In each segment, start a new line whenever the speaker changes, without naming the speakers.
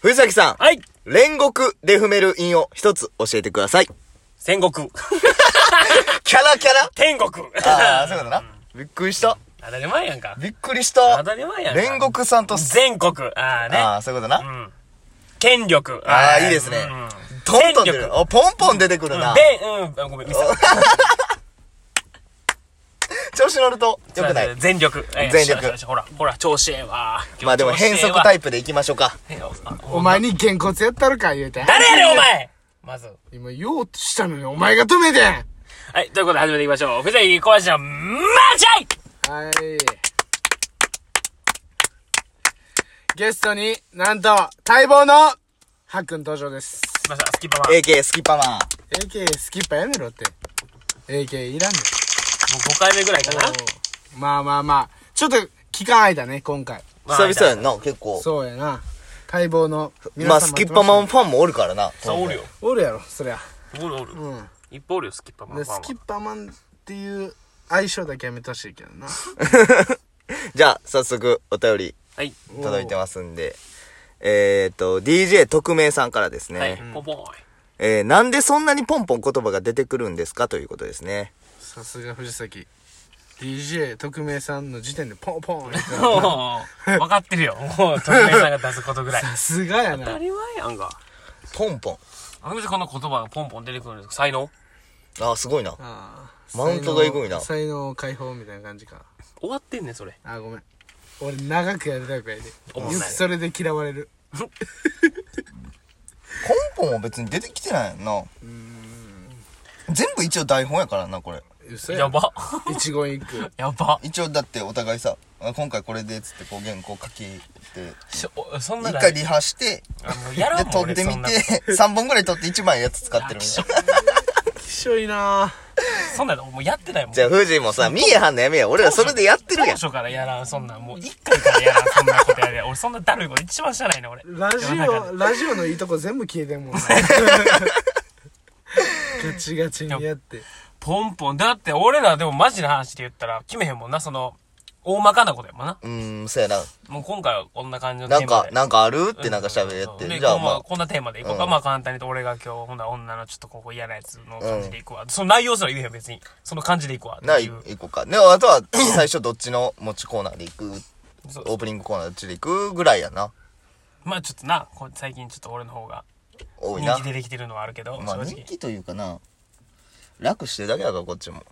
藤崎さん。
はい
煉獄で踏める韻を一つ教えてください。
戦国。
キャラキャラ
天国。
ああ、そういうことな。びっくりした。
当たり前やんか。
びっくりした
当。たり前やんか。
煉獄さんとす、
全国。あ
あ
あ
あ、そういうこと
ね。う
な。
ん。権力。
ああ、
ー
いいですね
うん。
トントン出
権
る。
力
おポンポン出てくるな。
で、うんあ、ごめん、ミスった
調子乗ると、良くな
そうや
い。
全力。ええ
全力
よしよしほら、ほら、調子ええわ。
まあでも変則タイプでいきましょうか。
プ。お
お
前、
前にげんこつやったるか言うて。
誰やねん、お前まず。
今言おうとしたのにお前が止めてんは
はい、ということで始めていきましょう。藤崎小林の、マーチャイ
い。ゲストになんと待望のハックン登場です。
すいません、スキッパマン。も
AK スキッパマン。
AK スキッパやめろって。AK いらんね
う5回目ぐらいかな。
ん。まあまあまあ。ちょっと期間空いたね、今回。
まあ
久々やんな、結構。
そうやな。待望の皆
まあ、
様
ス
と
キッパマンファンもおるからな。
そうおるよ。
おるやろ、そりゃ。
おるおる。
うん。
いっぱいおるよ、スキッパマン。
で、スキッパマンっていう愛称だけやめてほしいけどな。
じゃあ、早速、お便り
はい。
届いてますんで。えーっと、DJ 特命さんからですね。
はい。ポンポン。
えーなんでそんなにポンポン言葉が出てくるんですかということですね。
さすが藤崎 DJ 特命さんの時点でポンポン
もう、分かってるよ。もう、特命さんが出すことぐらい。
さすがや
当た
な
り前やんか。
ポンポン。
なんでこんな言葉がポンポン出てくるんですか才能
あーすごいな。
あー
マウントがエグいな
才能才能解放みたいな感じか
終わってんねん、それ。
あごめん俺長くやりたくないで
おも
よ
ん
く
ない
それで嫌われる
ポンポンは別に出てきてないやんな。全部一応台本やからな、これ。
嘘や
やば。
一言一句
やば。
一応だってお互いさ、あ今回これでっつってこう原稿書きって、
しょそんな
一
の
回リハして、
あもうやら
で、
んもん
撮っ
俺
てみ
そんな
て、3本ぐらい撮って1枚やつ使ってるみたいな。
きしょいな
そんなのもうやってないもん
じゃあ、藤井もさ、見えはんのやめや。俺らそれでやってる
当
やん。
初からやらんそんなんもう一回からやらんそんなことやで俺そんなだるいこと一番知らないね俺
ラジ
世の中
オラジオのいいとこ全部消えてんもん なガチガチにやって
ポンポンだって俺らでもマジな話で言ったら決めへんもんなその大まかなことやもんな
うーん、そうやな。
もう今回はこんな感じのテ
な
ー
ん
マ
か
で、
なんかあるってなんか喋っ
うん
て。
で
じゃあ、
こんな
ま
こんなテーマでいこうか、
うん
まあ簡単に言うと俺が今日ほんなら女のちょっとここ嫌なやつの感じでいくわ、その内容すら言えへん別にその感じでいくわ
あ、な、
ってい
いう行こうか。で、あとは、最初どっちの持ちコーナーで行く
そう
オープニングコーナーどっちで行くぐらいやな。
まあちょっとなこう最近ちょっと俺の方が
多い
人
な
気。出てきてるのはあるけど、
まあ
正
人
直
気というかな、楽してるだけだからこっちも。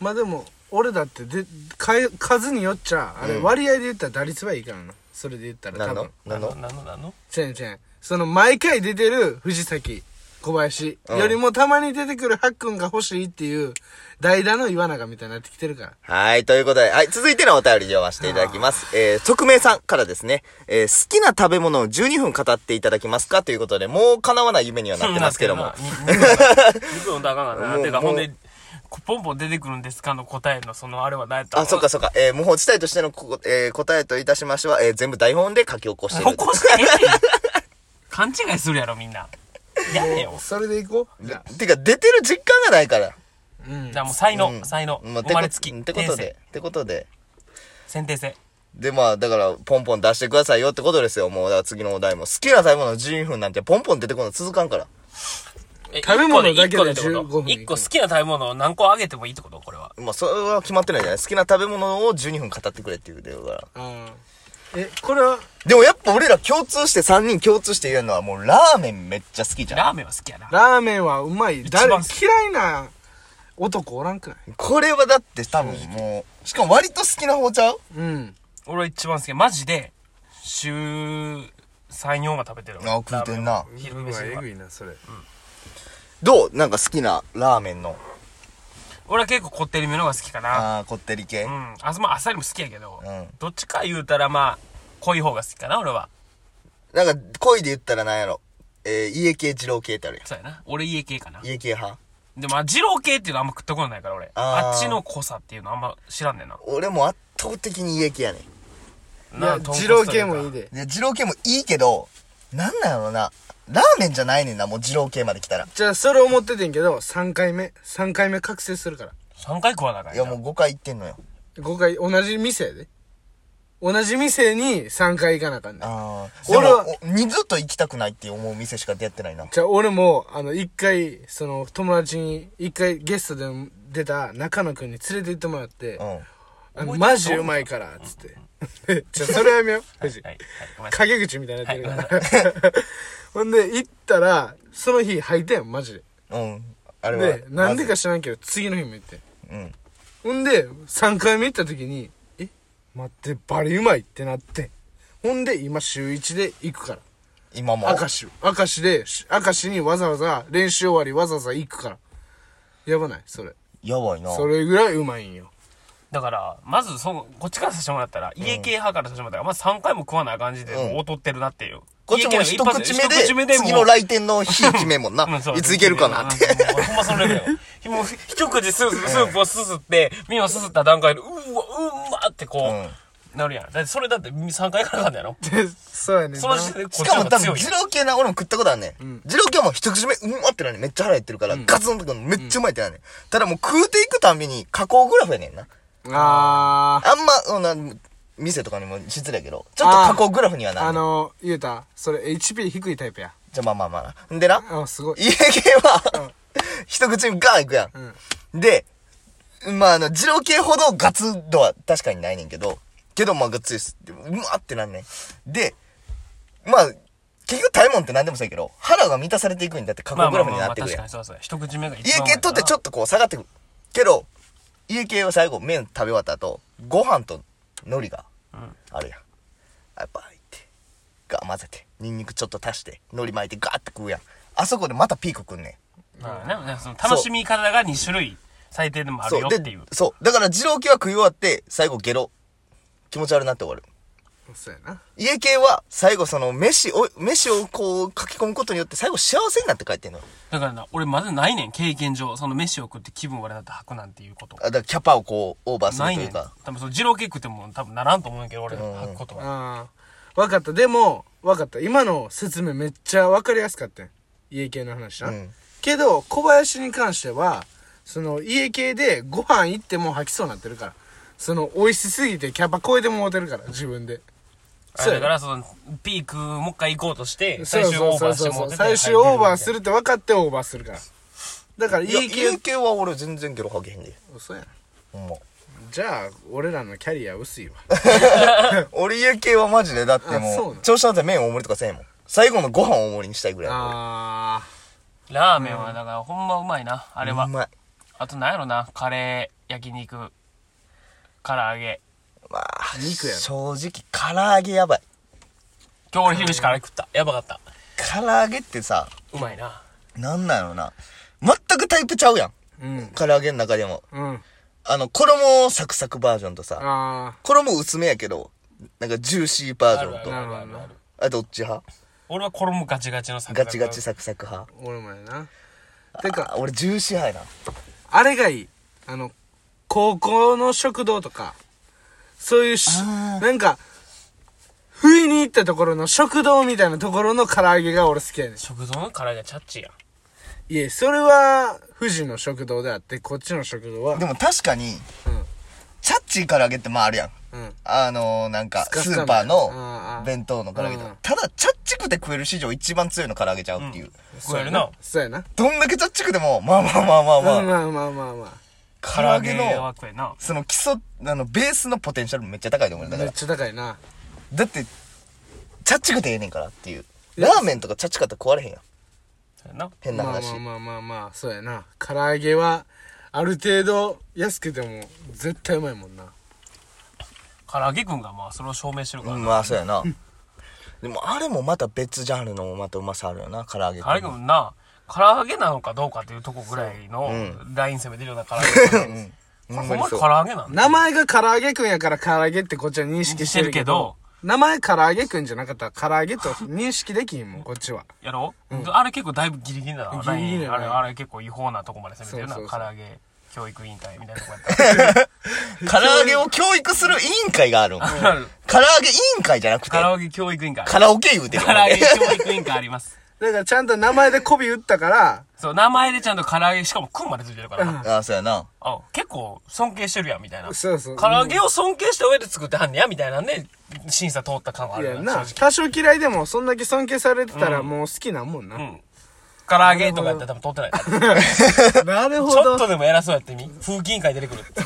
まあでも俺だってでかえ数によっちゃあれ
うん
割合で言ったら打率はいいからなそれで言ったら
何
多分
の何の
何の何の
せんせん。その毎回出てる藤崎、小林
うん
よりもたまに出てくるハックンが欲しいっていう代打の岩永みたいになってきてるから。
はい、ということで、はい、続いてのお便り読ませていただきます。えー、匿名さんからですね、えー、好きな食べ物を12分語っていただきますかということで、もう叶わない夢にはなってますけども。
肉飲んだらあかんか ら
も
な。
う
てか、
もう
ほんで、こポンポン出てくるんですかの答えの、その、あれは何やったの
あ、そっか。そっか。えー、無法地帯としてのこ、えー答えといたしましては、えー全部台本で書き起こしてい
起
る。
こしてへんねん勘違いするやろ、みんな。やめよ。
それでいこう。じ
で
ゃあ
てか、出てる実感がないから。
うん
じ。ゃあもう才
う
能、
ん
才能。
もう
生まれつき。
てこってこと
天
で
性。。
ってことで。
先定性。
で、まあ、だから、ポンポン出してくださいよってことですよ。もう、だから次のお題も。好きな食べ物12分なんて、ポンポン出てこんの続かんから。
食べ物だけで15分
1個好きな食べ物を何個あげてもいいってことこれは。
まあ、それは決まってないじゃない好きな食べ物を12分語ってくれっていうだから。
あーえ、これは、
でもやっぱ俺ら共通して、3人共通して言えるのは、もうラーメンめっちゃ好きじゃん。
ラーメンは好きやな。
ラーメンはうまい。
一番
誰、
好
嫌
き
いな男おらんくない
これはだって多分もう、しかも割と好きな方ちゃう
うん。
俺は一番好き。マジで、週3、4は食べてる。
あ食うてんな
ラーメンは昼飯は。
いな、それ。
どうなんか好きなラーメンの。
俺は結構こってりめのが好きかな。
あー、こってり系
う。ん。あ、まあ、あっさりも好きやけど、
うん
どっちか言うたら、まあ、濃い方が好きかな、俺は。
なんか、恋で言ったらなんやろ。えー、家系、二郎系ってあるや
そうやな。俺家系かな。
ん。家系派
でも、あ二郎系っていうのあんま食ったことないから、俺。
あー
あっちの濃さっていうのあんま知らんねんな。
俺も圧倒的に家系やね
い
な
や、二郎系もいい。で。
ん。で、二郎系もいいけど、なんなんやろな。ラーメンじゃないねんな、もう二郎系まで来たら。
じゃあ、それ思っててんけど、3回目。3回目覚醒するから。
3回食わなあかん
いやもう5回行ってんのよ。
5回、同じ店やで。同じ店に3回行かなあかんねん。
ああ。
俺
俺
は
は、お二度と行きたくないって思う店しか出会ってないな。
じゃあ俺も、あの、一回、その、友達に、一回ゲストで出た中野くんに連れて行ってもらって、
うん。
あのマジうまいから、つって。 じゃあそれはやめよう。マジ
はいはいごめんなさ
陰口みたいになってるから。 ほんで、行ったら、その日履いてん、マジで。
うん。あれは
で、。なんでか知らんけど、次の日も行ってん。
うん。
ほんで、3回目行った時に、え待って、バリうまいってなって。ほんで、今週1で行くから。
今も。
明石を。明石で、し明石にわざわざ、練習終わりわざわざ行くから。やばないそれ。
やばいな。
それぐらいうまいんよ。
だから、まず、その、こっちからさせてもらったら、家系派からさせてもらったら、まず3回も食わない感じで、
うん
もう劣ってるなっていう。
こっちも
家系
一
の
口目で、
一口目でもう
次の来店の日決めんもんな
うんそ。う
いつ行けるかなって。
うんうんほんまそのレベルよ。もう、一口スープ、スープをすすって、麺をすすった段階で、うーわ、うーわってこう、なるやん。だってそれだって3回からなんだよ。
そうやねんな。
その時点でこっち
し
の
か
方
も多
が強
分、
い
二
よ。
郎系な、俺も食ったことあるねん。二郎系はもう一口目、うんまってなるねんめっちゃ腹減ってるから、ガツンとくるのめっちゃうまいってなるねん。ただもう食うていくたんびに加工グラフやねんな。
あ
あんま、そんな、店とかにも失礼やけど、ちょっと加工グラフには
ー。
な
あ
るねん。
の、ゆうた、それ HP 低いタイプや。
じゃあまあまあまあな。んでな、
あ、すごい。
家系は、一口目ガーいくやん。で、まああの、二郎系ほどガツ度は確かにないねんけど、けどまあガッツリです。でうまってなんねん。で、まあ、結局食べ物って何でもそうやけど、腹が満たされていくんだって過
ま
去
あ
グ
まあ
ラ
ま
フに
あま
な
あ、
ってく
確
や
か
ん
に。そうそう。一口目が一
家
番。
系とってちょ
っ
っとこう下がってくる。けど、家系は最後麺食べ終わった後、ご飯と海苔が
と。うん
あるやん。やっぱ入って、ガー混ぜて、ニンニクちょっと足して、海苔巻いてガーって食うやん。あそこでまたピークくんねん。
まあねなんかその楽しみ方が2種類、最低でもあるよっていう。
そう。だから、二郎系は食い終わって、最後ゲロ。気持ち悪くなって終わる。
そうやな。
家系は、最後その、飯を、飯をこう、書き込むことによって、最後幸せになって帰ってんの。
だからな、俺まだないねん、経験上。その飯を食って気分悪なって吐くなんていうこと。
あだから、キャパをこう、オーバーす
な
る
い
とい
ねん
うか。。
多分その二郎系食っても多分ならんと思うんやけど、俺吐くことは。
あー。わかった。でも、わかった。今の説明めっちゃわかりやすかったん。家系の話な。
うん
けど、小林に関しては、その、家系でご飯行っても吐きそうになってるから。その、美味しすぎてキャパ超えてもうてるから、自分で。
あだからそのピークもう一回行こうとして
そ
最
う
終
そ
オ
う
ーバ
そ
ー
う
しても
そうう。
て
最終オーバーするって分かってオーバーするから。だから、
いや
家
家
系、
系は俺全然ゲロ吐けへんで。
そうやん。
ほんま。
じゃあ、俺らのキャリア薄いわ。
俺家系はマジで、だって
あそう
も
なの
う、調子乗って麺大盛りとかせえへんもん。最後のご飯大盛りにしたいぐらいやもん。
あ
ラーメンはだからほんまうまいなあ
あ
れは
うまい。
あとなんやろなカレー焼肉唐揚げ
まあ、
肉やろ
正直、唐揚げやばい。
今日俺昼しかあれ食ったやばかった
唐揚げってさ、
うまいな
なんなんやろな。全くタイプちゃうやん。
ー。うん。
唐揚げの中でも。
うん。
あの、衣サクサクバージョンとさ、
あ
衣薄めやけど、なんかジューシーバージョンと、
あ
あ
るほどな
どっち派
俺は衣ガチガチのサクサ
ガ
ク
チガチサクサク派。
ー、俺もやな。て
あ
か、
俺ジューシー派や
あれがいい。あの、高校の食堂とか、そういうし、
あー
なんか、不意に行ったところの食堂みたいなところの唐揚げが俺好きやねん。
食堂の唐揚げチャッチやん
いえ、それは、富士の食堂であって、こっちの食堂は
な。で、も確かに、
うん
チャッチー唐揚げってまああるやん。
うん。
あのー、なんか
ス、カ
ス
スカの
ーパー
あーあー
の弁当の唐揚げと
うん
か。ただ、チャッチクで食える史上一番強いの唐揚げちゃうっていう。
食えるな
そうやな。
どんだけチャッチクでも、まあまあまあまあ
まあ
まあ、
まあまあまあま
唐揚げの
は、食えんな
その基礎、あの、ベースのポテンシャルめっちゃ高いと思うんだ
あ。
か
め
ら。
っちゃ高いな。
だって、チャッチクでええねんからっていう。ラーメンとかチャッチクだったら壊れへんやん。
そうやな
変な
まあ
話。
まあまあまあまあ、そうやな。唐揚げは、ある程度、安くても、絶対うまいもんな。
唐揚げくんがまあそれを証明してるから
う、
なん
まあそうやな。でもあれもまた別ジャンルのまたうまさあるよな、唐揚げ。
唐揚げもな唐揚げなのかどうかっていうとこぐらいのライン攻めてるような唐揚 げこれほんまに唐揚げなんだ
名前が唐揚げくんやから唐揚げってこっちは認識してるけど、名前唐揚げくんじゃなかったら唐揚げと認識できんもん、こっちは。
やろ、あれ結構だいぶギリギリだな
ギリギリだね
あれあれ結構違法なとこまで攻めてるな
そうそうそう
唐揚げ教育委員会みたいなとこやった
唐揚げを教育する委員会があるん。唐 揚げ委員会じゃなくて、
ら唐揚げ教育委員会
カラオケ言うてる
唐
よ
揚げ
ね。
教育委員会あります
だだからちゃんと名前で媚び打ったから、
そう、名前でちゃんと唐揚げ、しかもくんまでついてるから。
ああ、そうやな。
あ、結構尊敬してるやん、みたいな。
そうそう
唐揚げを尊敬した上で作ってはんねや、みたいなんで、審査通った感はあ
い
るよ
やな、
正
多少嫌いでもそんだけ尊敬されてたらもう好きなんもんな。
直。うん。唐揚げとかやったら多分通 ってない。
なる
ちょっとでも偉そうやってみ。風紀委員会出てくるって。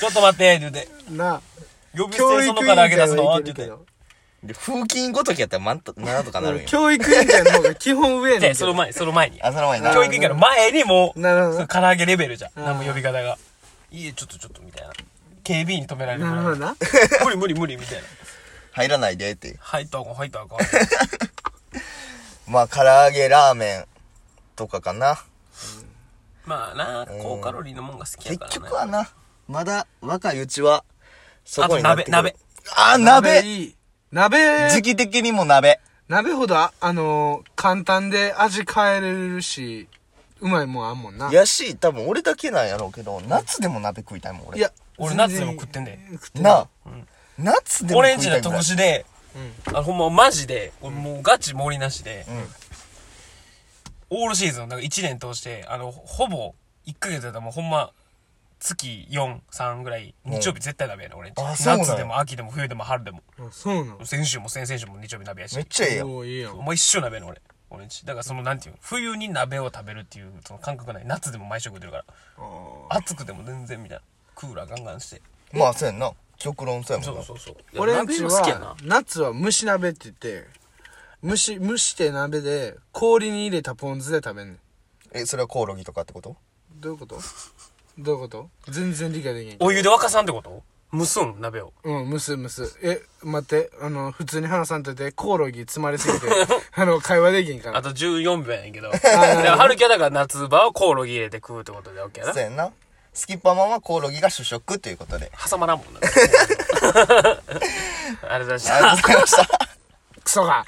ちょっと待って、って言うて。
な、
呼び捨てにその唐揚げ出すのって言って。
で、風紀ごときやったらなんと、なんとかなるんや。
教育委員会の方が基本上やね
で、
んけ
そ
ど
の前、その前に。
あ、その前にな。
教育委員会の前にもう、
なるほど
その唐揚げレベルじゃん。何も呼び方が。いいえ、ちょっとちょっと、みたいな。警備員に止められるぐら
ないるほどな。
無理無理無理、みたいな。
入らないでっていう。
入ったあかん、入ったあ かん。
まあ、唐揚げ、ラーメンとかかな。
まあな、高カロリーのもんが好き
結
やからね。
局はな、まだ若いうちは、そこに
あと
なってくる
鍋。
あ、鍋
いい。鍋、
時期的にも鍋。
鍋ほどあ、あのー簡単で味変えれるし、うまいもんあんもんな。
やし、多分俺だけなんやろうけど、夏でも鍋食いたいもん、俺。
いや、
俺
全
ナッ
然
ツでも食ってんで。
なあ、夏でも
俺
食
ん
い
ち
た
の
いぐ
特
らい。
殊で、あほんまマジで、俺もうガチ盛りなしで、オールシーズン、なんか1年通して、あの、ほぼ1ヶ月だったらもうほんま、月4、3ぐらい、日曜日絶対鍋やね、俺んち。
あそうなんや
夏でも秋でも冬でも春でも。
あそうなの
先週も先々週も日曜日鍋やし
めっ。ちゃええやん。
おーいいやん。
もう一生鍋やね、俺。俺んち。だからその、なんていうの冬に鍋を食べるっていう、その感覚ない。夏でも毎食出るから。暑くても全然みたいな。クーラーガンガンして。
まあ、そうやんな。極論そうやも
そ
ん
う
な。
そうそう。
俺ん
鍋
ち
も好きやな
は。、ナッツは蒸し鍋って言って、蒸し、蒸して鍋で、氷に入れたポン酢で食べんねん。
え、それはコオロギとかってこと
どういうことどういうこと全然理解できない。
お湯で沸かさんってこと蒸すん鍋を。
うん、むすむす。え、待って、あの、普通に話さんといて、コオロギ詰まりす ぎて、あの、会話できんか
あ
ら。
と14秒やねんけど。で春キはだから夏場はコオロギ入れて食うってことで OK や
そう
な。
やんな。スキッパーマンはコオロギが主食ということで。
挟 まらんもんな。ありがとうございました
ありがとうございました。
クソが